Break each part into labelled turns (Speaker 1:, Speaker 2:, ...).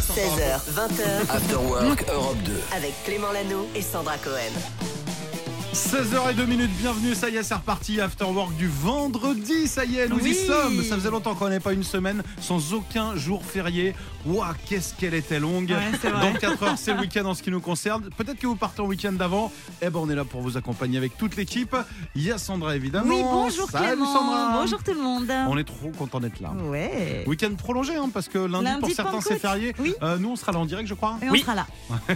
Speaker 1: 16h, 20h,
Speaker 2: After Work Europe 2.
Speaker 1: avec Clément Lano et Sandra Cohen.
Speaker 3: 16h02 minutes, bienvenue, ça y est, c'est reparti, After Work du vendredi, ça y est, nous y
Speaker 4: Oui.
Speaker 3: sommes. Ça faisait longtemps qu'on n'avait pas une semaine sans aucun jour férié. Ouah, qu'est-ce qu'elle était longue.
Speaker 4: Ouais, c'est vrai.
Speaker 3: Dans 4 heures, c'est le week-end en ce qui nous concerne. Peut-être que vous partez en week-end d'avant. Eh ben, on est là pour vous accompagner avec toute l'équipe. Il y a Sandra, évidemment.
Speaker 4: Oui, bonjour
Speaker 3: Salut,
Speaker 4: Clément.
Speaker 3: Sandra.
Speaker 4: Bonjour tout le monde. Eh,
Speaker 3: On est trop content d'être là.
Speaker 4: Ouais.
Speaker 3: Week-end prolongé, hein, parce que lundi,
Speaker 4: Lundi
Speaker 3: pour certains, c'est
Speaker 4: Pentecôte.
Speaker 3: férié.
Speaker 4: Oui.
Speaker 3: Euh, nous, on sera là en direct, je crois.
Speaker 4: Et on sera là.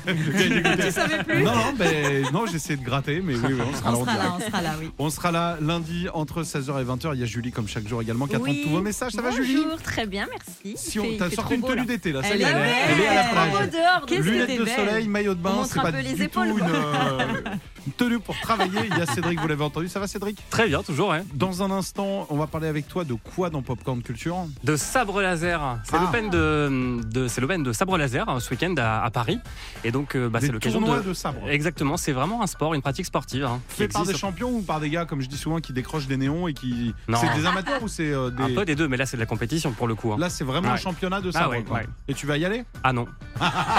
Speaker 3: tu
Speaker 4: savais plus
Speaker 3: Non, non, mais, non j'essayais de gratter, mais oui, oui, on sera
Speaker 4: On
Speaker 3: là en
Speaker 4: sera
Speaker 3: direct.
Speaker 4: là, on sera là, oui.
Speaker 3: On sera là lundi entre 16h et 20h. Il y a Julie, comme chaque jour également, qui attend
Speaker 5: Oui.
Speaker 3: tous vos messages. Ça va, Julie
Speaker 5: Bonjour, très bien, merci.
Speaker 3: Si
Speaker 5: Il fait-
Speaker 3: on
Speaker 5: il
Speaker 3: t'a
Speaker 5: fait
Speaker 3: sorti une
Speaker 5: trop beau,
Speaker 3: tenue
Speaker 5: là.
Speaker 3: d'été, là, ça
Speaker 4: Elle
Speaker 3: y est,
Speaker 6: Ah
Speaker 4: est
Speaker 3: elle est-
Speaker 4: belle.
Speaker 3: elle est à la
Speaker 5: Trop beau
Speaker 3: plage.
Speaker 5: dehors,
Speaker 4: Qu'est-ce que
Speaker 3: Lunettes
Speaker 4: t'es
Speaker 3: de
Speaker 4: belle.
Speaker 3: soleil, maillot de
Speaker 5: On
Speaker 3: bain,
Speaker 5: montre
Speaker 3: c'est
Speaker 5: un
Speaker 3: pas
Speaker 5: peu les
Speaker 3: du tout
Speaker 5: épaules.
Speaker 3: une, euh, une tenue pour travailler. Il y a Cédric, vous l'avez entendu. Ça va, Cédric
Speaker 7: Très bien, toujours. hein.
Speaker 3: Dans un instant, on va parler avec toi de quoi dans Popcorn Culture
Speaker 7: De sabre laser. C'est
Speaker 3: Ah.
Speaker 7: l'open de, de- c'est l'open de sabre laser hein, ce week-end à, à Paris. Et donc, euh, bah,
Speaker 3: Des
Speaker 7: c'est l'occasion
Speaker 3: tournois
Speaker 7: de.
Speaker 3: de sabre.
Speaker 7: Exactement, c'est vraiment un sport, une pratique sportive. hein, qui
Speaker 3: Fait par des
Speaker 7: existe.
Speaker 3: champions ou par des gars, comme je dis souvent, qui décrochent des néons et qui.
Speaker 7: Non.
Speaker 3: C'est des amateurs ou c'est euh, des.
Speaker 7: Un peu des deux, mais là, c'est de la compétition pour le coup. hein.
Speaker 3: Là, c'est vraiment un
Speaker 7: Ouais. Ah
Speaker 3: championnat de sabre.
Speaker 7: ouais,
Speaker 3: quoi.
Speaker 7: ouais.
Speaker 3: Et tu vas y aller
Speaker 7: Ah non.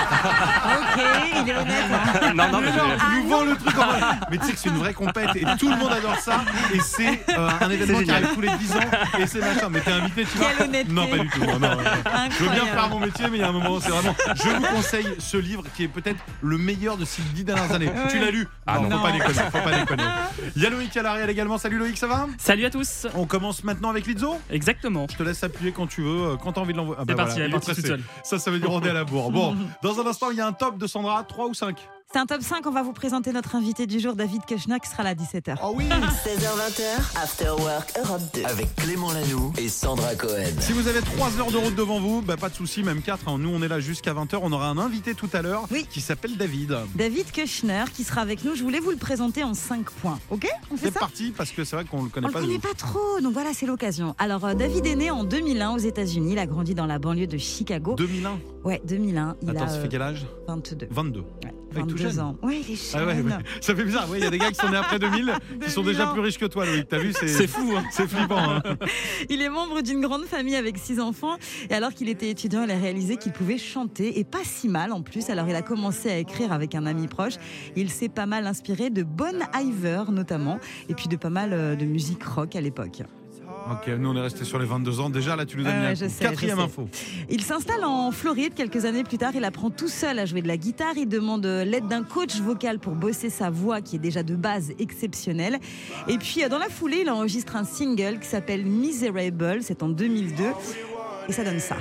Speaker 4: Ok, il est honnête. hein.
Speaker 7: non, non, mais
Speaker 3: Mais
Speaker 7: j'ai-
Speaker 3: genre, ils nous vendent le truc en mode, Mais tu sais que c'est une vraie compète et tout le monde adore ça. Et c'est euh, un événement qui arrive tous les 10 ans et c'est machin. Mais t'es invité, tu vas.
Speaker 4: Quelle honnêteté.
Speaker 3: Non, pas du tout. non, non, non. Je veux bien
Speaker 4: Incroyable.
Speaker 3: faire mon métier, mais il y a un moment, c'est vraiment. Je vous conseille ce livre qui est peut-être le meilleur de ces 10 dernières années. Tu l'as lu
Speaker 7: Ah
Speaker 3: non,
Speaker 7: non.
Speaker 3: faut pas déconner. Faut pas déconner. Il y a Loïc à l'arrière également. Salut Loïc, ça va
Speaker 6: Salut à tous
Speaker 3: On commence maintenant avec Lizzo
Speaker 6: Exactement.
Speaker 3: je te laisse appuyer quand tu veux, euh, quand t'as envie de l'envoyer. Ah
Speaker 6: C'est parti,
Speaker 3: voilà,
Speaker 6: elle est
Speaker 3: il est
Speaker 6: partie
Speaker 3: pressé.
Speaker 6: toute seule.
Speaker 3: Ça, ça veut dire on est à la bourre. Bon, dans un instant, il y a un top de Sandra, 3 ou 5
Speaker 4: C'est un top 5, on va vous présenter notre invité du jour, David Keshna, qui sera là à 17h.
Speaker 3: Oh oui
Speaker 1: 16h, 20h, After Work Europe 2.
Speaker 2: Avec Clément Lanoux et Sandra Cohen.
Speaker 3: Si vous avez 3 heures de route devant vous, bah pas de souci, même 4. Nous, on est là jusqu'à 20h. On aura un invité tout à l'heure
Speaker 4: Oui.
Speaker 3: qui s'appelle David.
Speaker 4: David Keshner qui sera avec nous, je voulais vous le présenter en 5 points. Ok On fait
Speaker 3: C'est
Speaker 4: ça
Speaker 3: parti parce que c'est vrai qu'on le connaît
Speaker 4: On le
Speaker 3: pas.
Speaker 4: connaît pas trop, donc voilà, c'est l'occasion. Alors, euh, David est né en 2001 aux États-Unis, il a grandi dans la banlieue de Chicago.
Speaker 3: 2001.
Speaker 4: Ouais, 2001, il
Speaker 3: Attends,
Speaker 4: a
Speaker 3: ça
Speaker 4: euh,
Speaker 3: fait quel âge
Speaker 4: 22.
Speaker 3: 22.
Speaker 4: Ouais,
Speaker 3: Ah, il est tout
Speaker 4: 22
Speaker 3: jeune.
Speaker 4: ans. Ouais, il est
Speaker 3: Ah ouais,
Speaker 4: jeune.
Speaker 3: ouais. ça fait bizarre. Ouais, Il y a des gars qui sont nés après 2000 qui sont déjà
Speaker 4: 2000.
Speaker 3: plus riches que toi, Loïc. T'as vu
Speaker 7: C'est fou. hein.
Speaker 3: C'est flippant. hein.
Speaker 4: Il est membre d'une grande famille avec six enfants. Et alors qu'il était étudiant, il a réalisé qu'il pouvait chanter et pas si mal en plus. Alors il a commencé à écrire avec un ami proche. Il s'est pas mal inspiré de Bon Iver notamment, et puis de pas mal euh, de musique rock à l'époque.
Speaker 3: Ok, nous on est resté sur les 22 ans. Déjà là, tu nous as
Speaker 4: Ah Ouais,
Speaker 3: mis un
Speaker 4: ouais, je
Speaker 3: coup.
Speaker 4: sais, je
Speaker 3: quatrième
Speaker 4: sais.
Speaker 3: info.
Speaker 4: Il s'installe en Floride quelques années plus tard. Il apprend tout seul à jouer de la guitare. Il demande euh, l'aide d'un coach vocal pour bosser sa voix qui est déjà de base exceptionnelle. Et puis euh, dans la foulée, il enregistre un single qui s'appelle Miserable. C'est en 2002 et ça donne ça.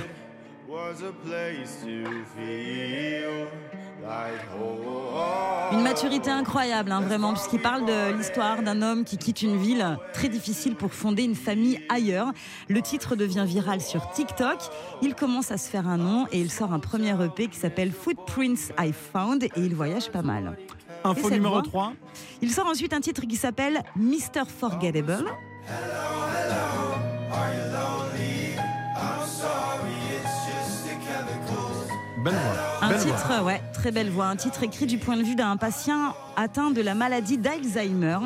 Speaker 8: was a place to feel like
Speaker 4: Une
Speaker 8: home.
Speaker 4: maturité incroyable, hein, vraiment, puisqu'il parle de l'histoire d'un homme qui quitte une ville très difficile pour fonder une famille ailleurs. Le titre devient viral sur TikTok. Il commence à se faire un nom et il sort un premier EP qui s'appelle Footprints I Found et il voyage pas mal.
Speaker 3: Info
Speaker 4: cette
Speaker 3: numéro
Speaker 4: voix
Speaker 3: 3.
Speaker 4: Il sort ensuite un titre qui s'appelle Mr. Forgettable.
Speaker 3: Belle voix.
Speaker 4: Un
Speaker 3: Belle voix.
Speaker 4: titre, ouais, très belle voix. Un titre écrit du point de vue d'un patient atteint de la maladie d'Alzheimer.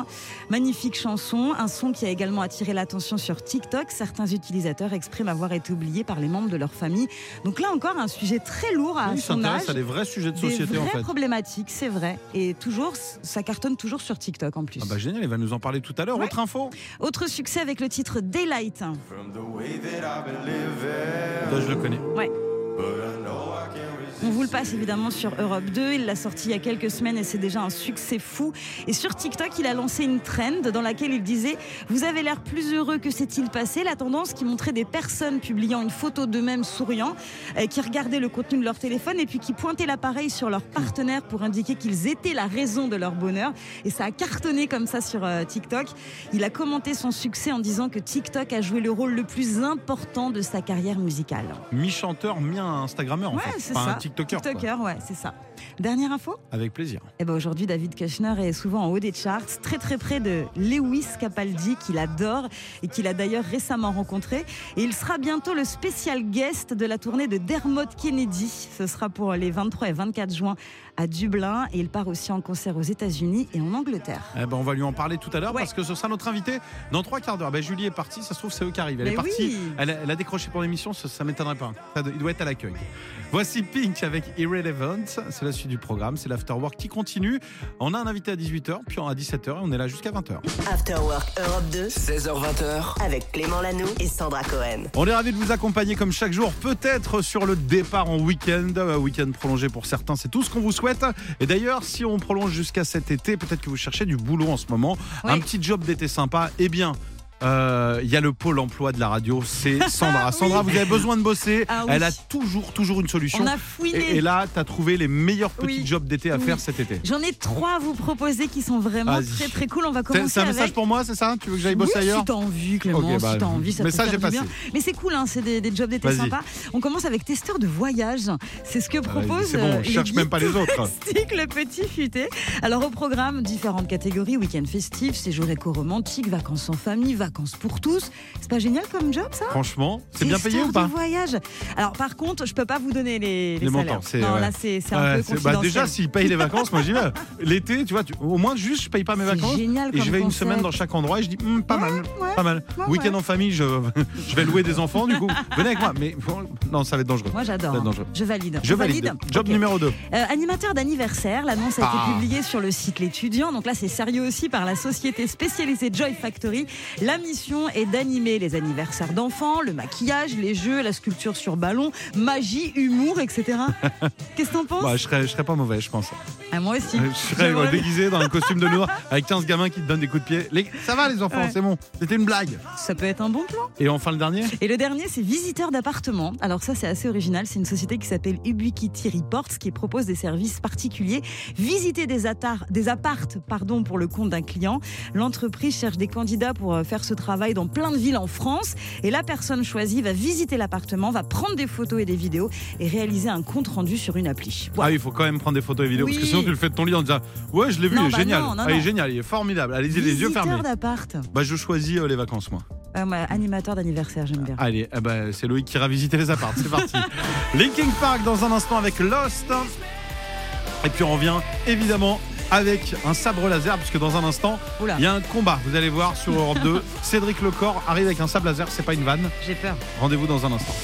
Speaker 4: Magnifique chanson, un son qui a également attiré l'attention sur TikTok. Certains utilisateurs expriment avoir été oubliés par les membres de leur famille. Donc là encore, un sujet très lourd à
Speaker 3: Oui, il
Speaker 4: son âge.
Speaker 3: s'intéresse à des vrais sujets de société
Speaker 4: des vraies
Speaker 3: en fait.
Speaker 4: problématiques, c'est vrai. Et toujours, ça cartonne toujours sur TikTok en plus.
Speaker 3: Ah bah génial, il va nous en parler tout à l'heure.
Speaker 4: Ouais.
Speaker 3: Autre info
Speaker 4: Autre succès avec le titre Daylight.
Speaker 8: From the way that I've been living,
Speaker 3: Là, je le connais.
Speaker 8: but I know I can't resist.
Speaker 4: On vous le passe évidemment sur Europe 2. Il l'a sorti il y a quelques semaines et c'est déjà un succès fou. Et sur TikTok, il a lancé une trend dans laquelle il disait Vous avez l'air plus heureux que s'est-il passé La tendance qui montrait des personnes publiant une photo d'eux-mêmes souriants, euh, qui regardaient le contenu de leur téléphone et puis qui pointaient l'appareil sur leur partenaire pour indiquer qu'ils étaient la raison de leur bonheur. Et ça a cartonné comme ça sur euh, TikTok. Il a commenté son succès en disant que TikTok a joué le rôle le plus important de sa carrière musicale.
Speaker 3: Mi-chanteur, mi-instagrammeur en
Speaker 4: Ouais,
Speaker 3: fait.
Speaker 4: c'est
Speaker 3: Enfin,
Speaker 4: ça.
Speaker 3: un TikToker TikToker, quoi.
Speaker 4: TikToker, ouais, c'est ça. Dernière info
Speaker 3: Avec plaisir.
Speaker 4: Eh ben aujourd'hui, David Kushner est souvent en haut des charts, très très près de Lewis Capaldi, qu'il adore et qu'il a d'ailleurs récemment rencontré. Et il sera bientôt le spécial guest de la tournée de Dermot Kennedy. Ce sera pour les 23 et 24 juin à Dublin. Et il part aussi en concert aux États-Unis et en Angleterre.
Speaker 3: Eh ben, on va lui en parler tout à l'heure
Speaker 4: Ouais.
Speaker 3: parce que ce sera notre invité dans trois quarts d'heure. Ben, Julie est partie, ça se trouve, c'est eux qui arrivent. Elle
Speaker 4: Mais
Speaker 3: est partie,
Speaker 4: oui.
Speaker 3: elle, a, elle a décroché pour l'émission, ça, ça m'étonnerait pas. Ça doit- il doit être à l'accueil. Voici Pink avec Irrelevant, c'est la suite du programme, c'est l'afterwork qui continue. On a un invité à 18h, puis à 17h, et on est là jusqu'à 20h.
Speaker 1: After Work Europe 2
Speaker 2: 16h20h,
Speaker 1: avec Clément Lanoux et Sandra Cohen.
Speaker 3: On est ravis de vous accompagner comme chaque jour, peut-être sur le départ en week-end, un week-end prolongé pour certains, c'est tout ce qu'on vous souhaite. Et d'ailleurs, si on prolonge jusqu'à cet été, peut-être que vous cherchez du boulot en ce moment,
Speaker 4: Oui.
Speaker 3: un petit job d'été sympa, eh bien... euh, Il y a le pôle emploi de la radio, c'est Sandra. Sandra, vous avez besoin de bosser.
Speaker 4: Ah oui.
Speaker 3: Elle a toujours, toujours une solution.
Speaker 4: On a
Speaker 3: et,
Speaker 4: fouiné.
Speaker 3: et là, tu as trouvé les meilleurs petits
Speaker 4: Oui.
Speaker 3: jobs d'été à
Speaker 4: Oui.
Speaker 3: faire cet été.
Speaker 4: J'en ai trois à vous proposer qui sont vraiment
Speaker 3: Vas-y.
Speaker 4: très très cool. On va
Speaker 3: C'est
Speaker 4: commencer
Speaker 3: c'est un
Speaker 4: avec.
Speaker 3: message pour moi, c'est ça Tu veux que j'aille bosser
Speaker 4: oui,
Speaker 3: ailleurs
Speaker 4: si t'as envie, Clément,
Speaker 3: Ok, bah,
Speaker 4: si t'as envie, ça peut
Speaker 3: message
Speaker 4: faire
Speaker 3: est
Speaker 4: du bien.
Speaker 3: passé.
Speaker 4: Mais c'est cool, hein, c'est des, des jobs d'été
Speaker 3: Vas-y. Ah,
Speaker 4: sympas. On commence avec testeur de voyage. C'est ce que propose.
Speaker 3: C'est bon,
Speaker 4: euh,
Speaker 3: on cherche même pas les autres.
Speaker 4: Stick, le petit futé. Alors au programme, différentes catégories, week-end festif, séjour éco-romantique, vacances en famille, vacances pour tous. C'est pas génial comme job ça
Speaker 3: Franchement, c'est bien payé
Speaker 4: Testeur
Speaker 3: ou pas
Speaker 4: de voyage. Alors par contre, je peux pas vous donner les,
Speaker 3: Les montants,
Speaker 4: salaires.
Speaker 3: c'est-
Speaker 4: non,
Speaker 3: ouais.
Speaker 4: là c'est c'est un
Speaker 3: Ouais,
Speaker 4: peu
Speaker 3: c'est- bah,
Speaker 4: confidentiel.
Speaker 3: déjà, s'ils payent les vacances, moi j'y vais. L'été, tu vois, tu- au moins juste je paye pas mes
Speaker 4: C'est
Speaker 3: vacances.
Speaker 4: génial
Speaker 3: Et
Speaker 4: comme
Speaker 3: je vais une
Speaker 4: concept.
Speaker 3: semaine dans chaque endroit et je dis hum, pas mal,
Speaker 4: ouais,
Speaker 3: pas mal.
Speaker 4: ouais,
Speaker 3: Week-end
Speaker 4: ouais.
Speaker 3: en famille, je, je vais louer des enfants, du coup, venez avec moi. Mais bon, non, ça va être dangereux.
Speaker 4: Moi j'adore.
Speaker 3: C'est
Speaker 4: hein.
Speaker 3: dangereux.
Speaker 4: Je valide.
Speaker 3: Je
Speaker 4: On
Speaker 3: valide. Job
Speaker 4: Ok.
Speaker 3: numéro 2.
Speaker 4: Euh, animateur d'anniversaire, l'annonce a été
Speaker 3: Ah.
Speaker 4: publiée sur le site L'étudiant. Donc là, c'est sérieux aussi par la société spécialisée Joy Factory. La mission est d'animer les anniversaires d'enfants, le maquillage, les jeux, la sculpture sur ballon, magie, humour, etc. Qu'est-ce que t'en penses
Speaker 3: Bah, je, serais, je serais pas mauvais, je pense.
Speaker 4: Ah, Moi aussi.
Speaker 3: Je serais
Speaker 4: Oh. J'aimerais
Speaker 3: ouais, déguisé dans un costume de noir avec 15 gamins qui te donnent des coups de pied. Les- Ça va, les enfants,
Speaker 4: Ouais.
Speaker 3: c'est bon. C'était une blague.
Speaker 4: bien. Ça peut être un bon plan.
Speaker 3: Et enfin, le dernier
Speaker 4: Et le dernier, c'est visiteur d'appartement. Alors ça, c'est assez original. C'est une société qui s'appelle Ubiquiti Reports qui propose des services particuliers. Visiter des, attar- des appartes pardon, pour le compte d'un client. L'entreprise cherche des candidats pour euh, faire ce travail dans plein de villes en France. Et la personne choisie va visiter l'appartement, va prendre des photos et des vidéos et réaliser un compte rendu sur une appli.
Speaker 3: Ah oui, il faut quand même prendre des photos et vidéos parce que
Speaker 4: Oui.
Speaker 3: sinon tu le fais de ton lit en disant Ouais, je l'ai vu,
Speaker 4: Non,
Speaker 3: il est
Speaker 4: bah
Speaker 3: génial.
Speaker 4: non, non,
Speaker 3: Ah, il est
Speaker 4: non.
Speaker 3: génial, il est formidable. Allez-y, les yeux fermés.
Speaker 4: Visiteur d'appart.
Speaker 3: Bah, je choisis euh, les vacances, moi.
Speaker 4: Euh, moi, animateur d'anniversaire, j'aime bien.
Speaker 3: Allez, eh ben, c'est Loïc qui ira visiter les apparts. C'est parti. Linking Park dans un instant avec Lost. Et puis on revient évidemment avec un sabre laser, puisque dans un instant,
Speaker 4: Oula.
Speaker 3: il y a un combat. Vous allez voir sur Europe 2. Cédric Lecor arrive avec un sabre laser, c'est pas une vanne.
Speaker 4: J'ai peur.
Speaker 3: Rendez-vous dans un instant.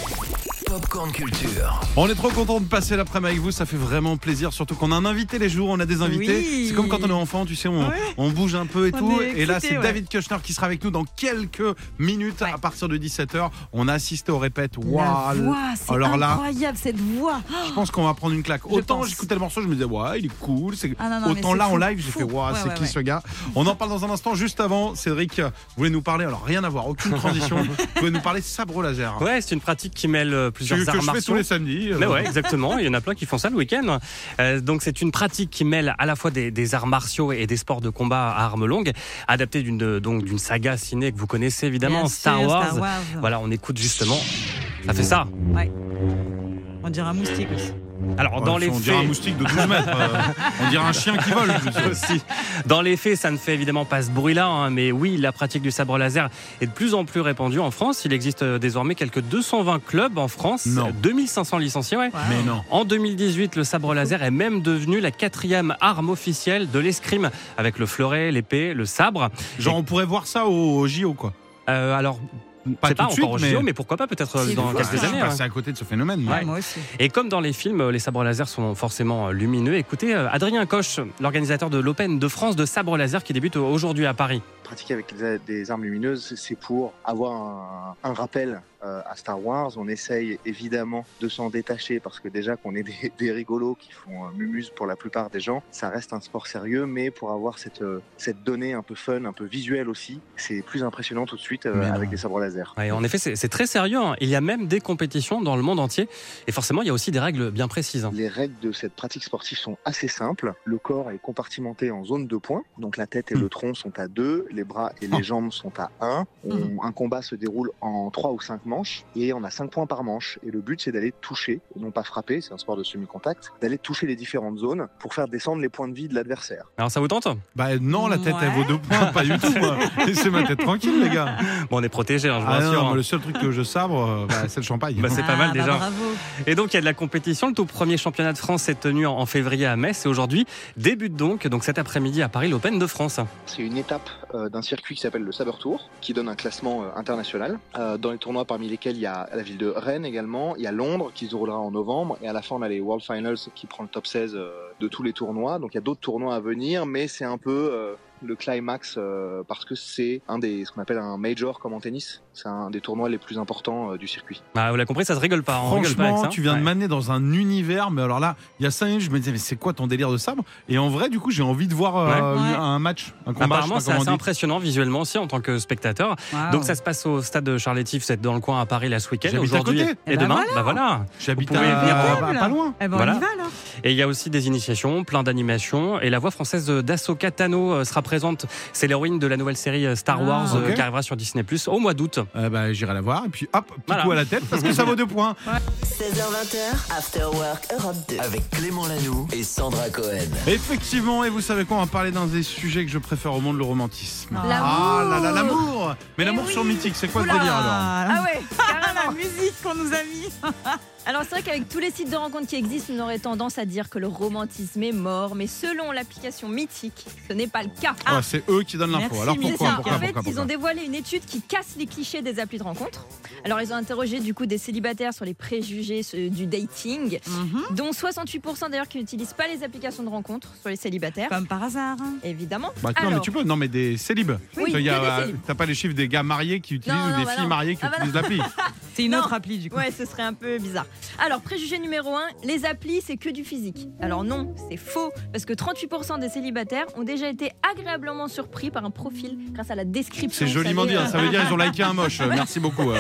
Speaker 2: Popcorn Culture.
Speaker 3: On est trop content de passer l'après-midi avec vous, ça fait vraiment plaisir, surtout qu'on a un invité les jours, on a des invités.
Speaker 4: Oui.
Speaker 3: C'est comme quand on est enfant, tu sais, on,
Speaker 4: Ouais.
Speaker 3: on bouge un peu et
Speaker 4: On
Speaker 3: tout.
Speaker 4: est
Speaker 3: et là,
Speaker 4: excité,
Speaker 3: c'est
Speaker 4: ouais.
Speaker 3: David Kushner qui sera avec nous dans quelques minutes à partir de 17h. On a assisté au répète.
Speaker 4: La
Speaker 3: Waouh
Speaker 4: voix, c'est
Speaker 3: Alors là-
Speaker 4: incroyable cette voix.
Speaker 3: Je pense qu'on va prendre une claque.
Speaker 4: Je
Speaker 3: Autant
Speaker 4: pense.
Speaker 3: j'écoutais le morceau, je me disais, ouais, il est cool. c'est-
Speaker 4: Ah non, non, mais
Speaker 3: Autant
Speaker 4: c'est
Speaker 3: là
Speaker 4: fou,
Speaker 3: en live, j'ai
Speaker 4: fou.
Speaker 3: fait, waouh,
Speaker 4: Ouais,
Speaker 3: c'est
Speaker 4: ouais,
Speaker 3: qui
Speaker 4: ouais.
Speaker 3: ce gars On en parle dans un instant. Juste avant, Cédric euh, voulait nous parler. Alors, rien à voir, aucune transition. Vous pouvez nous parler sabre laser.
Speaker 7: Ouais, c'est une pratique qui mêle euh, plusieurs
Speaker 3: hein. Que- que
Speaker 7: arts
Speaker 3: je fais tous
Speaker 7: martiaux.
Speaker 3: les samedis. euh,
Speaker 7: Mais ouais, exactement. Il y en a plein qui font ça le week-end. Euh, donc c'est une pratique qui mêle à la fois des, des arts martiaux et des sports de combat à armes longues, adaptée d'une euh, donc d'une saga ciné que vous connaissez évidemment,
Speaker 4: Ah, Bien
Speaker 7: Star,
Speaker 4: sûr,
Speaker 7: Wars.
Speaker 4: Star Wars.
Speaker 7: Voilà, on écoute justement. Ça fait ça.
Speaker 4: Ouais. On dirait un moustique aussi.
Speaker 7: Alors
Speaker 3: ouais,
Speaker 7: dans
Speaker 3: on
Speaker 7: les
Speaker 3: dirait un
Speaker 7: faits,
Speaker 3: moustique de 12 mètres. euh, on dirait un chien qui vole. je sais.
Speaker 7: aussi. Dans les faits, ça ne fait évidemment pas ce bruit-là, hein, mais oui, la pratique du sabre laser est de plus en plus répandue en France. Il existe euh, désormais quelques 220 clubs en France,
Speaker 3: Non.
Speaker 7: 2500 licenciés. Ouais.
Speaker 3: Mais non.
Speaker 7: En 2018, le sabre laser est même devenu la quatrième arme officielle de l'escrime, avec le fleuret, l'épée, le sabre.
Speaker 3: Genre, on pourrait voir ça au, au JO, quoi.
Speaker 7: Euh, alors,
Speaker 3: Pas tout
Speaker 7: c'est pas
Speaker 3: de
Speaker 7: encore
Speaker 3: suite,
Speaker 7: au
Speaker 3: mais-
Speaker 7: JO, mais pourquoi pas peut-être
Speaker 4: C'est
Speaker 7: dans
Speaker 4: fou,
Speaker 3: Ah, je
Speaker 7: quelques
Speaker 3: suis
Speaker 4: ça.
Speaker 7: années. hein.
Speaker 3: passé à côté de ce phénomène. moi.
Speaker 4: Ouais, moi aussi.
Speaker 7: Et comme dans les films, les sabres laser sont forcément lumineux. Écoutez, euh, Adrien Coche, l'organisateur de l'Open de France de sabre laser qui débute euh, aujourd'hui à Paris.
Speaker 5: pratiquer avec des, des armes lumineuses, c'est pour avoir un, un rappel euh, à Star Wars. On essaye évidemment de s'en détacher parce que déjà qu'on est des, des rigolos qui font euh, mumuse pour la plupart des gens, ça reste un sport sérieux, mais pour avoir cette, euh, cette donnée un peu fun, un peu visuelle aussi, c'est plus impressionnant tout de suite euh,
Speaker 3: Mais non.
Speaker 5: avec des sabres laser.
Speaker 7: Ouais, en effet, c'est c'est très sérieux. hein. Il y a même des compétitions dans le monde entier. Et forcément, il y a aussi des règles bien précises. hein.
Speaker 5: Les règles de cette pratique sportive sont assez simples. Le corps est compartimenté en zones de points. Donc la tête et le tronc sont à deux, les bras et les jambes sont à 1.
Speaker 4: Mhm.
Speaker 5: Un combat se déroule en 3 ou 5 manches et on a 5 points par manche. Et le but, c'est d'aller toucher, et non pas frapper, c'est un sport de semi-contact, d'aller toucher les différentes zones pour faire descendre les points de vie de l'adversaire.
Speaker 7: Alors ça vous tente
Speaker 3: Bah non, la tête, elle
Speaker 4: Ouais.
Speaker 3: vaut deux points, pas du tout. moi. Laissez ma tête tranquille, les gars.
Speaker 7: Bon, on est protégé, hein, je vous
Speaker 3: Ah non,
Speaker 7: rassure.
Speaker 3: mais
Speaker 7: hein.
Speaker 3: le seul truc que je sabre, euh, bah, c'est le champagne.
Speaker 7: Bah, c'est pas mal,
Speaker 4: bah,
Speaker 7: déjà.
Speaker 4: bravo.
Speaker 7: Et donc, il y a de la compétition. Le tout premier championnat de France s'est tenu en en février à Metz. Et aujourd'hui, débute donc, donc cet après-midi à Paris, l'Open de France.
Speaker 5: C'est une étape euh, d'un circuit qui s'appelle le Saber Tour, qui donne un classement euh, international. Euh, dans les tournois parmi lesquels il y a la ville de Rennes également, il y a Londres qui se déroulera en novembre, et à la fin on a les World Finals qui prend le top 16 euh, de tous les tournois. Donc il y a d'autres tournois à venir, mais c'est un peu euh, le climax euh, parce que c'est un des ce qu'on appelle un major comme en tennis. C'est un des tournois les plus importants euh, du circuit.
Speaker 7: Bah, vous l'avez compris, ça se rigole pas. on rigole pas avec
Speaker 3: Franchement,
Speaker 7: ça. hein.
Speaker 3: tu viens de
Speaker 7: Ouais.
Speaker 3: m'amener dans un univers, mais alors là, il y a 5 minutes, je me disais, mais c'est quoi ton délire de sabre Et en vrai, du coup, j'ai envie de voir euh,
Speaker 4: Ouais. Ouais.
Speaker 3: un match, un combat.
Speaker 7: Apparemment,
Speaker 3: je sais
Speaker 7: c'est
Speaker 3: pas comment
Speaker 7: assez
Speaker 3: on dit. Ah
Speaker 7: impressionnant visuellement aussi en tant que spectateur.
Speaker 4: Waouh.
Speaker 7: Donc ça se passe au stade de Charletti, vous êtes dans le coin à Paris là ce week-end,
Speaker 3: J'habite à
Speaker 7: aujourd'hui
Speaker 3: côté.
Speaker 7: et
Speaker 4: Eh ben
Speaker 7: demain.
Speaker 4: voilà.
Speaker 7: Bah voilà.
Speaker 3: J'habite
Speaker 7: Vous pouvez
Speaker 3: à-
Speaker 7: venir
Speaker 4: voir.
Speaker 3: bah, pas loin.
Speaker 4: Eh ben,
Speaker 7: Voilà.
Speaker 4: on y va alors.
Speaker 7: Et il y a aussi des initiations, plein d'animations. Et la voix française d'Asoka Tano euh, sera présente. C'est l'héroïne de la nouvelle série euh, Star
Speaker 4: Ah.
Speaker 7: Wars euh,
Speaker 3: Ok.
Speaker 7: qui arrivera sur Disney Plus au mois d'août.
Speaker 3: Euh, bah, J'irai la voir, et puis hop, petit
Speaker 7: Voilà.
Speaker 3: coup à la tête, parce que ça vaut deux points.
Speaker 1: 16h20h, After Work Europe 2.
Speaker 2: Avec Clément Lanoux et Sandra Cohen.
Speaker 3: Effectivement, et vous savez quoi, on va parler d'un des sujets que je préfère au monde, le romantisme. Ah là là, l'amour Mais
Speaker 4: Eh
Speaker 3: l'amour
Speaker 4: oui.
Speaker 3: sur Mythique, c'est quoi le
Speaker 4: Oula.
Speaker 3: délire alors
Speaker 4: Ah ouais, carrément la musique qu'on nous a mis.
Speaker 6: Alors c'est vrai qu'avec tous les sites de rencontres qui existent, on aurait tendance à dire que le romantisme est mort, mais selon l'application Mythique, ce n'est pas le cas.
Speaker 3: Ouais, C'est eux qui donnent l'info.
Speaker 4: Merci,
Speaker 3: Alors Ah,
Speaker 6: C'est
Speaker 3: pourquoi
Speaker 6: ça.
Speaker 3: pourquoi,
Speaker 6: Ah. en fait,
Speaker 3: pourquoi,
Speaker 6: ils
Speaker 3: pourquoi
Speaker 6: ont dévoilé une étude qui casse les clichés des applis de rencontre. Alors, ils ont interrogé du coup des célibataires sur les préjugés euh, du dating,
Speaker 4: Mhm.
Speaker 6: dont 68% d'ailleurs qui n'utilisent pas les applications de rencontre sur les célibataires,
Speaker 4: Comme par hasard. hein.
Speaker 6: évidemment.
Speaker 3: Bah, non, mais
Speaker 6: Alors-
Speaker 3: tu peux. Non, mais des célibes.
Speaker 6: Oui,
Speaker 3: Il y a-
Speaker 6: que des célibes.
Speaker 3: T'as pas les chiffres des gars mariés qui utilisent
Speaker 6: Non,
Speaker 3: ou
Speaker 6: non,
Speaker 3: des
Speaker 6: bah
Speaker 3: filles
Speaker 6: non.
Speaker 3: mariées qui
Speaker 6: Ah bah non.
Speaker 3: utilisent l'appli.
Speaker 4: C'est une
Speaker 6: Non.
Speaker 4: autre appli du coup.
Speaker 6: Ouais, ce serait un peu bizarre. Alors, préjugé numéro 1, les applis, c'est que du physique. Alors non, c'est faux, parce que 38% des célibataires ont déjà été agréablement surpris par un profil grâce à la description.
Speaker 3: C'est
Speaker 6: vous
Speaker 3: joliment
Speaker 6: savez,
Speaker 3: dit. hein.
Speaker 6: euh.
Speaker 3: Ça veut dire ils ont liké un moche. Euh, Merci beaucoup. euh.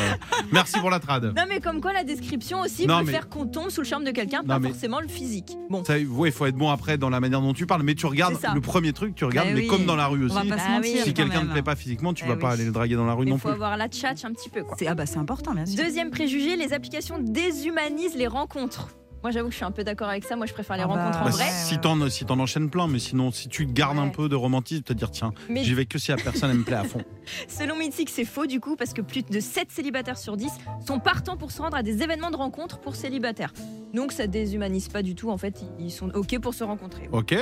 Speaker 3: Merci pour la trad.
Speaker 6: Non mais comme quoi la description aussi
Speaker 3: Non,
Speaker 6: peut
Speaker 3: mais-
Speaker 6: faire qu'on tombe sous le charme de quelqu'un,
Speaker 3: Non,
Speaker 6: pas
Speaker 3: mais-
Speaker 6: forcément le physique. Bon.
Speaker 3: Ça, ouais, il faut être bon après dans la manière dont tu parles. Mais tu regardes
Speaker 6: C'est ça.
Speaker 3: le premier truc, tu regardes,
Speaker 4: Eh
Speaker 3: mais
Speaker 4: oui.
Speaker 3: comme dans la rue
Speaker 4: On va
Speaker 3: aussi.
Speaker 4: pas se
Speaker 6: Bah oui.
Speaker 4: mentir.
Speaker 3: Si
Speaker 4: quand
Speaker 3: quelqu'un ne
Speaker 4: même.
Speaker 3: plaît pas physiquement, tu
Speaker 4: Eh
Speaker 3: vas pas
Speaker 4: oui.
Speaker 3: aller le draguer dans la rue
Speaker 6: Il
Speaker 3: non
Speaker 6: faut
Speaker 3: plus.
Speaker 6: avoir la tchatche un petit peu quoi.
Speaker 4: C'est- Ah bah c'est important bien sûr.
Speaker 6: Deuxième préjugé, les applications déshumanisent les rencontres. Moi j'avoue que je suis un peu d'accord avec ça, moi je préfère les
Speaker 4: Ah bah,
Speaker 6: rencontres en
Speaker 3: Bah,
Speaker 4: ouais,
Speaker 6: vrai.
Speaker 3: si t'en si t'en enchaînes plein, mais sinon si tu gardes un
Speaker 6: Ouais.
Speaker 3: peu de romantisme, te dire tiens,
Speaker 6: Mais
Speaker 3: j'y vais que si la personne elle me plaît à fond.
Speaker 6: selon Mythique c'est faux du coup parce que plus de 7 célibataires sur 10 sont partants pour se rendre à des événements de rencontres pour célibataires. Donc ça déshumanise pas du tout en fait, ils sont ok pour se rencontrer.
Speaker 3: Ok.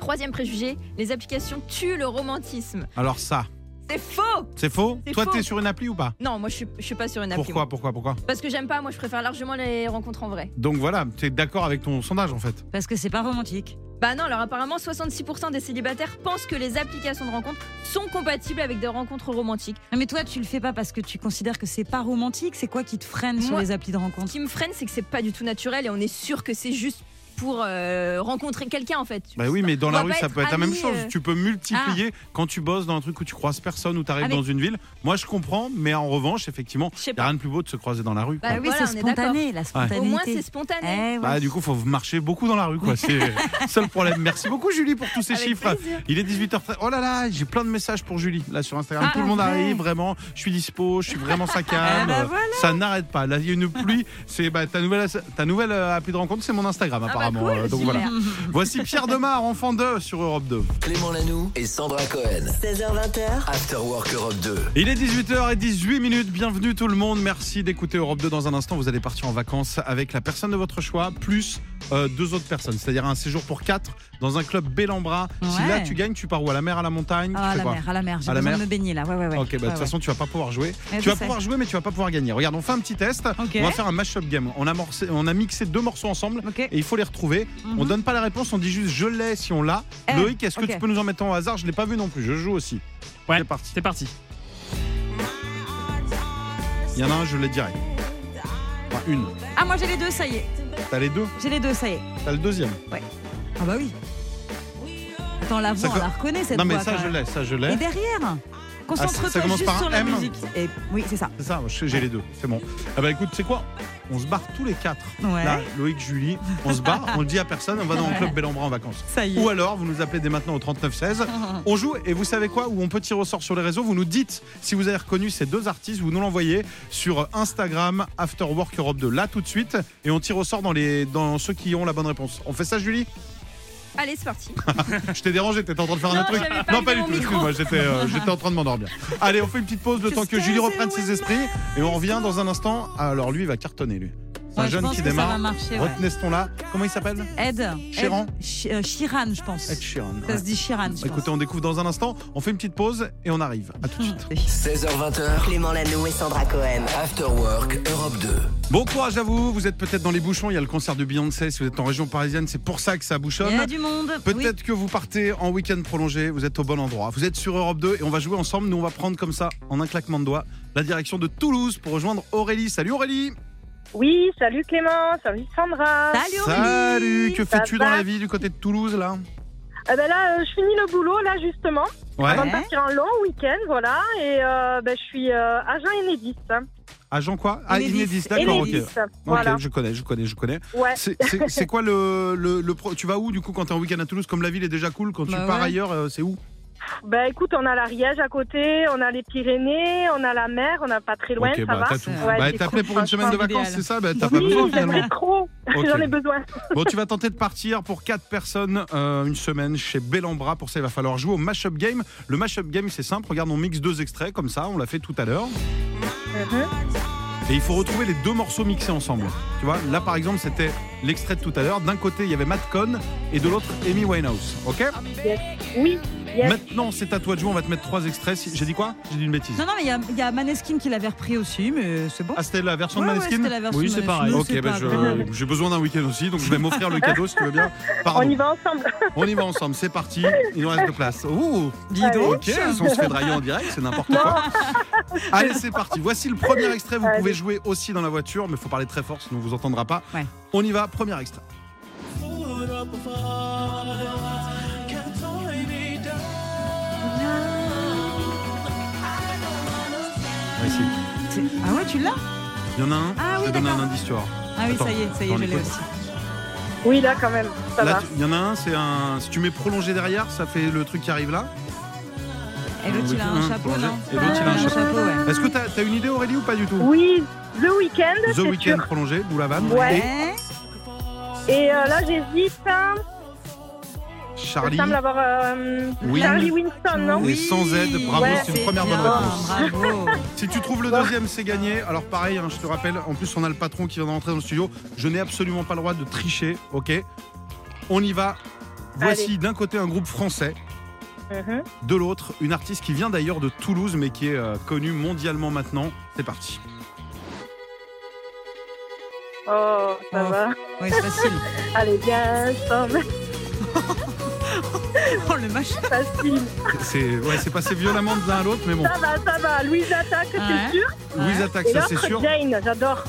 Speaker 6: Troisième préjugé, les applications tuent le romantisme.
Speaker 3: Alors ça,
Speaker 6: C'est faux
Speaker 3: c'est faux.
Speaker 6: C'est
Speaker 3: Toi
Speaker 6: faux.
Speaker 3: t'es sur une appli ou pas
Speaker 6: Non, moi je suis, je suis pas sur une appli. moi.
Speaker 3: Pourquoi pourquoi pourquoi
Speaker 6: Parce que j'aime pas, moi je préfère largement les rencontres en vrai.
Speaker 3: Donc voilà, t'es d'accord avec ton sondage en fait.
Speaker 4: Parce que c'est pas romantique.
Speaker 6: Bah non, alors apparemment 66% des célibataires pensent que les applications de rencontres sont compatibles avec des rencontres romantiques.
Speaker 4: Non, Mais toi, tu le fais pas parce que tu considères que c'est pas romantique. C'est quoi qui te freine sur
Speaker 6: Moi-
Speaker 4: les applis de rencontre
Speaker 6: Ce qui me freine, c'est que c'est pas du tout naturel et on est sûr que c'est juste pour euh, rencontrer quelqu'un en fait.
Speaker 3: Bah oui, mais dans
Speaker 6: On
Speaker 3: la
Speaker 6: va
Speaker 3: rue,
Speaker 6: pas
Speaker 3: ça
Speaker 6: être
Speaker 3: peut être la même
Speaker 6: amis,
Speaker 3: chose.
Speaker 6: euh. Ah.
Speaker 3: Tu peux multiplier quand tu bosses dans un truc où tu croises personne, où tu arrives
Speaker 4: Ah, mais-
Speaker 3: dans une ville. Moi, je comprends, mais en revanche, effectivement,
Speaker 6: Je sais
Speaker 3: il n'y a
Speaker 6: pas.
Speaker 3: rien de plus beau de se croiser dans la rue.
Speaker 6: Bah
Speaker 3: quoi.
Speaker 6: oui,
Speaker 4: Ah Oui,
Speaker 6: voilà, on
Speaker 4: c'est
Speaker 6: est d'accord.
Speaker 4: spontané, la spontanéité.
Speaker 6: Au moins c'est spontané. Ah
Speaker 4: Eh ouais.
Speaker 3: Bah, du coup, faut marcher beaucoup dans la rue, quoi. C'est ça le problème. Merci beaucoup, Julie, pour tous ces
Speaker 6: Avec
Speaker 3: chiffres.
Speaker 6: plaisir.
Speaker 3: Il est 18h13. Oh là là, j'ai plein de messages pour Julie, là, sur Instagram.
Speaker 6: Ah,
Speaker 3: Tout le monde
Speaker 4: parfait.
Speaker 3: arrive, vraiment. Je suis dispo, je suis vraiment ça calme.
Speaker 4: Ah, bah, voilà.
Speaker 3: Ça n'arrête pas. Là, il y a une pluie. C'est bah, ta nouvelle, ta nouvelle euh, appli de rencontre, c'est mon Instagram,
Speaker 6: bah,
Speaker 3: apparemment.
Speaker 6: cool,
Speaker 3: Euh, Donc
Speaker 6: super.
Speaker 3: voilà. Voici Pierre Demar, enfant 2 sur Europe 2.
Speaker 2: Clément Lanoux et Sandra Cohen.
Speaker 1: 16h20h,
Speaker 2: After Work Europe 2.
Speaker 3: Il est 18h18 minutes. Bienvenue tout le monde. Merci d'écouter Europe 2 dans un instant. Vous allez partir en vacances avec la personne de votre choix, plus euh, deux autres personnes. C'est-à-dire un séjour pour quatre dans un club Bellambra. Si
Speaker 4: Ouais.
Speaker 3: là tu gagnes, tu pars où À la mer, à la montagne Tu
Speaker 4: Ah, à
Speaker 3: fais
Speaker 4: la
Speaker 3: quoi
Speaker 4: mer, à la mer. J'ai
Speaker 3: À la
Speaker 4: besoin de
Speaker 3: mer
Speaker 4: me baigner là. Ouais, ouais,
Speaker 3: Ok, bah,
Speaker 4: ouais.
Speaker 3: de
Speaker 4: Ouais,
Speaker 3: toute
Speaker 4: ouais.
Speaker 3: façon, tu vas pas pouvoir jouer.
Speaker 4: Ouais,
Speaker 3: tu
Speaker 4: je
Speaker 3: vas
Speaker 4: sais.
Speaker 3: pouvoir jouer, mais tu vas pas pouvoir gagner. Regarde, on fait un petit test.
Speaker 4: Ok.
Speaker 3: On va faire un mash-up game. On a, morcé- on a mixé deux morceaux ensemble
Speaker 4: Ok.
Speaker 3: et il faut les retrouver. On
Speaker 4: Mhm.
Speaker 3: donne pas la réponse, on dit juste je l'ai si on l'a.
Speaker 4: Eh,
Speaker 3: Loïc, est-ce que
Speaker 4: ok.
Speaker 3: tu peux nous en mettre en hasard Je l'ai pas vu non plus. Je joue aussi.
Speaker 7: Ouais.
Speaker 3: C'est parti.
Speaker 7: C'est parti.
Speaker 3: Il y en a un, je l'ai direct. Enfin, une.
Speaker 4: Ah, moi j'ai les deux, ça y est.
Speaker 3: T'as les deux
Speaker 4: J'ai les deux, ça y est.
Speaker 3: T'as le deuxième.
Speaker 4: Ah bah oui. Attends, la
Speaker 3: Ça
Speaker 4: voix, on
Speaker 3: co-
Speaker 4: la reconnaît cette
Speaker 3: non mais
Speaker 4: voix,
Speaker 3: ça
Speaker 4: quand
Speaker 3: je
Speaker 4: même.
Speaker 3: l'ai, ça je
Speaker 4: Et
Speaker 3: l'ai.
Speaker 4: derrière
Speaker 3: Ah, ça- ça
Speaker 4: Concentre-toi
Speaker 3: commence
Speaker 4: juste
Speaker 3: par
Speaker 4: sur la
Speaker 3: M
Speaker 4: musique. Et oui, c'est ça.
Speaker 3: C'est ça, je- j'ai les deux, c'est bon. Ah bah écoute, c'est quoi on se barre tous les quatre.
Speaker 4: Ouais.
Speaker 3: Là, Loïc, Julie, on se barre, on le dit à personne, on va dans le
Speaker 4: Ouais.
Speaker 3: club Bellambra en vacances.
Speaker 4: Ça y est.
Speaker 3: Ou alors, vous nous appelez dès maintenant au 3916. On joue et vous savez quoi Où on peut tirer au sort sur les réseaux. Vous nous dites si vous avez reconnu ces deux artistes. Vous nous l'envoyez sur Instagram Afterwork Europe 2 là tout de suite et on tire au sort dans les dans ceux qui ont la bonne réponse. On fait ça, Julie
Speaker 6: Allez, c'est parti.
Speaker 3: Je t'ai dérangé. T'étais en train de faire un
Speaker 6: Non,
Speaker 3: autre truc
Speaker 6: j'avais pas
Speaker 3: Non,
Speaker 6: levé
Speaker 3: pas du
Speaker 6: mon
Speaker 3: tout.
Speaker 6: micro.
Speaker 3: Excuse-moi, j'étais euh, j'étais en train de m'endormir. Allez, on fait une petite pause le temps que Julie reprenne ses esprits et on revient dans un instant. Alors lui, il va cartonner lui. C'est un
Speaker 4: Ouais, je
Speaker 3: jeune
Speaker 4: pense
Speaker 3: qui
Speaker 4: que ça
Speaker 3: démarre.
Speaker 4: va marcher, ouais.
Speaker 3: Retenez ce ton là. Comment il s'appelle
Speaker 4: Ed.
Speaker 3: Chiran.
Speaker 4: Ed- Chi- euh, Chiran, je pense.
Speaker 3: Ed Sheeran.
Speaker 4: Ça
Speaker 3: Ouais.
Speaker 4: se dit Chiran, je
Speaker 3: Bah, écoutez, on découvre dans un instant. On fait une petite pause et on arrive. À tout de suite.
Speaker 4: pense.
Speaker 2: 16h20h,
Speaker 1: Clément Lano et Sandra Cohen.
Speaker 2: Afterwork Europe 2.
Speaker 3: Bon courage à vous. Vous êtes peut-être dans les bouchons. Il y a le concert de Beyoncé. Si vous êtes en région parisienne, c'est pour ça que ça bouchonne.
Speaker 4: Il y a du monde.
Speaker 3: Peut-être que vous partez en week-end prolongé, vous êtes au bon endroit. Vous êtes sur Europe 2 et on va jouer ensemble. Nous, on va prendre comme ça, en un claquement de doigts, la direction de Toulouse pour rejoindre Aurélie. Salut Aurélie
Speaker 9: Oui, salut Clément, salut Sandra.
Speaker 4: Oui. Salut Aurélie.
Speaker 3: Salut Que
Speaker 9: Ça
Speaker 3: fais-tu
Speaker 9: va
Speaker 3: dans la vie du côté de Toulouse, là
Speaker 9: Eh ben là, euh, je finis le boulot, là, justement,
Speaker 3: Ouais.
Speaker 9: avant de partir un long week-end, voilà, et euh, ben, je suis euh, agent Enedis. hein.
Speaker 3: Agent quoi Ah,
Speaker 4: Enedis.
Speaker 3: Inédis, d'accord, ok.
Speaker 9: Enedis,
Speaker 3: Ok,
Speaker 9: voilà.
Speaker 3: je connais, je connais, je connais.
Speaker 9: Ouais.
Speaker 3: C'est- C'est c'est quoi le, le, le pro- Tu vas où du coup quand t'es en week-end à Toulouse Comme la ville est déjà cool, quand tu
Speaker 4: Bah
Speaker 3: pars
Speaker 4: ouais.
Speaker 3: ailleurs, euh, c'est où
Speaker 9: Ben écoute, on a l'Ariège à côté, on a les Pyrénées, on a la mer, on n'a pas très loin,
Speaker 3: Ok,
Speaker 9: ça
Speaker 3: bah
Speaker 9: va.
Speaker 3: t'as tout.
Speaker 4: Ouais,
Speaker 3: bah
Speaker 9: c'est
Speaker 3: t'as appelé
Speaker 9: cool,
Speaker 3: pour une semaine de
Speaker 4: franchement,
Speaker 3: vacances,
Speaker 4: idéal.
Speaker 3: c'est ça Bah t'as pas
Speaker 9: Oui,
Speaker 3: besoin
Speaker 9: j'aimerais
Speaker 3: finalement.
Speaker 9: trop,
Speaker 3: Ok.
Speaker 9: j'en ai besoin.
Speaker 3: Bon, tu vas tenter de partir pour quatre personnes euh, une semaine chez Bellambra. Pour ça, il va falloir jouer au Mashup Game. Le Mashup Game, c'est simple. Regarde, on mixe deux extraits comme ça. On l'a fait tout à l'heure. Mhm. Et il faut retrouver les deux morceaux mixés ensemble. Tu vois, là, par exemple, c'était l'extrait de tout à l'heure. D'un côté, il y avait Matt Cohn et de l'autre, Amy Winehouse. OK
Speaker 9: Oui, yes.
Speaker 3: Maintenant, c'est à toi de jouer. On va te mettre trois extraits. Si- J'ai dit quoi J'ai dit une bêtise.
Speaker 4: Non, non, mais il y a- il y, a Maneskin qui l'avait repris aussi, mais c'est bon.
Speaker 3: Ah, c'était la version
Speaker 4: Ouais,
Speaker 3: de
Speaker 4: ouais,
Speaker 3: Maneskin
Speaker 4: c'était la version
Speaker 7: Oui, c'est
Speaker 4: Maneskin.
Speaker 7: pareil.
Speaker 4: Mais
Speaker 3: Ok,
Speaker 4: c'est
Speaker 3: ben,
Speaker 4: pas
Speaker 3: je-
Speaker 4: grave.
Speaker 3: j'ai besoin d'un week-end aussi, donc je vais m'offrir le cadeau si tu veux bien. Pardon.
Speaker 9: on y va ensemble.
Speaker 3: On y va ensemble, c'est parti. Il nous reste de place. Ouh,
Speaker 4: Dis donc.
Speaker 3: ok, on se fait drailler en direct, c'est n'importe quoi. Allez, c'est parti. Voici le premier extrait. Vous
Speaker 9: Allez.
Speaker 3: pouvez jouer aussi dans la voiture, mais il faut parler très fort, sinon on vous entendra pas.
Speaker 4: Ouais.
Speaker 3: On y va, premier extrait. Ouais, si.
Speaker 4: C'est- Ah ouais, tu l'as
Speaker 3: Il y en a un,
Speaker 4: Ah
Speaker 3: je
Speaker 4: oui,
Speaker 3: vais donner un
Speaker 4: d'accord.
Speaker 3: indice, tu vas voir.
Speaker 4: Ah oui,
Speaker 3: Attends,
Speaker 4: ça y est, ça y est,
Speaker 3: on
Speaker 4: je l'ai
Speaker 3: écoute.
Speaker 4: aussi.
Speaker 9: Oui, là, quand même, ça
Speaker 3: Là,
Speaker 9: va.
Speaker 3: tu- il y en a un, c'est un. Si tu mets prolongé derrière, ça fait le truc qui arrive là.
Speaker 4: Et l'autre, il a
Speaker 3: Un,
Speaker 4: un chapeau,
Speaker 3: projet.
Speaker 4: non
Speaker 3: Et l'autre, il a un chapeau.
Speaker 4: ouais.
Speaker 3: Est-ce que t'as as une idée, Aurélie, ou pas du tout
Speaker 9: Oui, The Weeknd,
Speaker 3: The
Speaker 9: c'est
Speaker 3: Weeknd
Speaker 9: sûr.
Speaker 3: prolongé, Boulavan.
Speaker 9: Ouais.
Speaker 4: Ouais.
Speaker 9: Et euh, là, j'hésite, hein, il
Speaker 3: Charlie.
Speaker 9: semble avoir euh,
Speaker 3: Oui.
Speaker 9: Charlie Winston, non
Speaker 3: Et sans aide, bravo,
Speaker 9: Ouais,
Speaker 3: c'est une
Speaker 4: c'est
Speaker 3: première
Speaker 4: bien,
Speaker 3: bonne réponse.
Speaker 4: Oh, Bravo.
Speaker 3: Si tu trouves le deuxième, c'est gagné. Alors pareil, hein, je te rappelle, en plus on a le patron qui vient de rentrer dans le studio. Je n'ai absolument pas le droit de tricher, ok On y va. Voici d'un côté un groupe français,
Speaker 9: Mhm.
Speaker 3: de l'autre une artiste qui vient d'ailleurs de Toulouse mais qui est euh, connue mondialement maintenant. C'est parti.
Speaker 9: Oh, ça
Speaker 4: Oh.
Speaker 9: va.
Speaker 4: Ouais, c'est facile.
Speaker 9: Allez, bien, ensemble,
Speaker 4: Oh, le machin.
Speaker 9: facile.
Speaker 3: C'est ouais, c'est passé violemment de l'un à l'autre, mais bon.
Speaker 9: Ça va, ça va. Louise attaque,
Speaker 4: Ouais.
Speaker 9: c'est sûr.
Speaker 3: Louise attaque,
Speaker 9: Et
Speaker 3: ça c'est
Speaker 9: l'autre,
Speaker 3: sûr.
Speaker 9: Jane, j'adore.